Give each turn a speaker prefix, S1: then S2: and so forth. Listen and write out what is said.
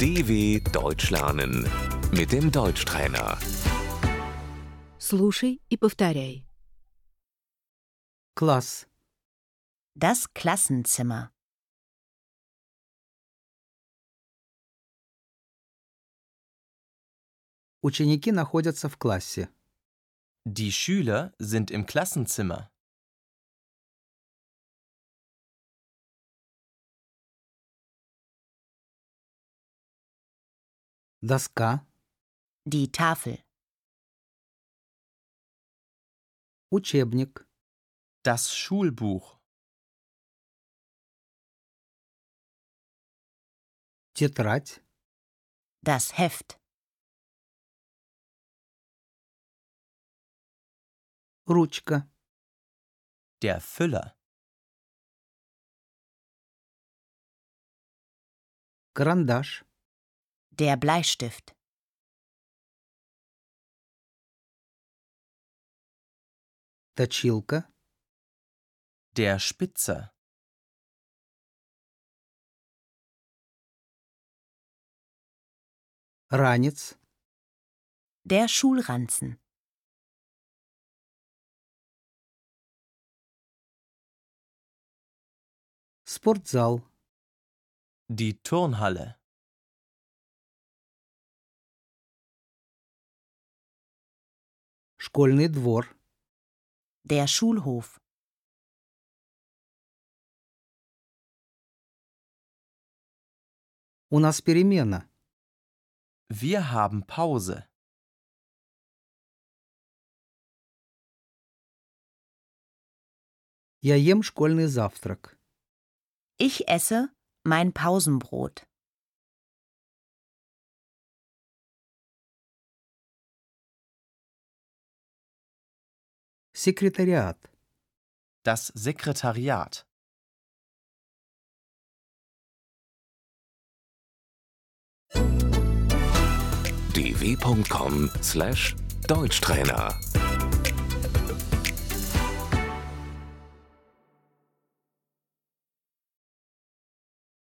S1: DW Deutsch lernen mit dem Deutschtrainer.
S2: Слушай и повторяй.
S3: Класс,
S4: Das Klassenzimmer.
S3: ученики находятся в классе.
S5: Die Schüler sind im Klassenzimmer.
S3: Доска,
S4: Die Tafel.
S3: учебник,
S5: Das Schulbuch.
S3: тетрадь,
S4: Das Heft.
S3: ручка,
S5: Der Füller.
S3: карандаш,
S4: Der Bleistift.
S3: точилка,
S5: Der Spitzer.
S3: ранец,
S4: Der Schulranzen.
S3: спортзал,
S5: Die Turnhalle.
S3: школьный двор,
S4: Der Schulhof.
S3: у нас перемена,
S5: Wir haben Pause.
S3: я ем школьный завтрак,
S4: Ich esse mein Pausenbrot.
S3: секретариат,
S5: Das Sekretariat.
S1: dw.com/deutschtrainer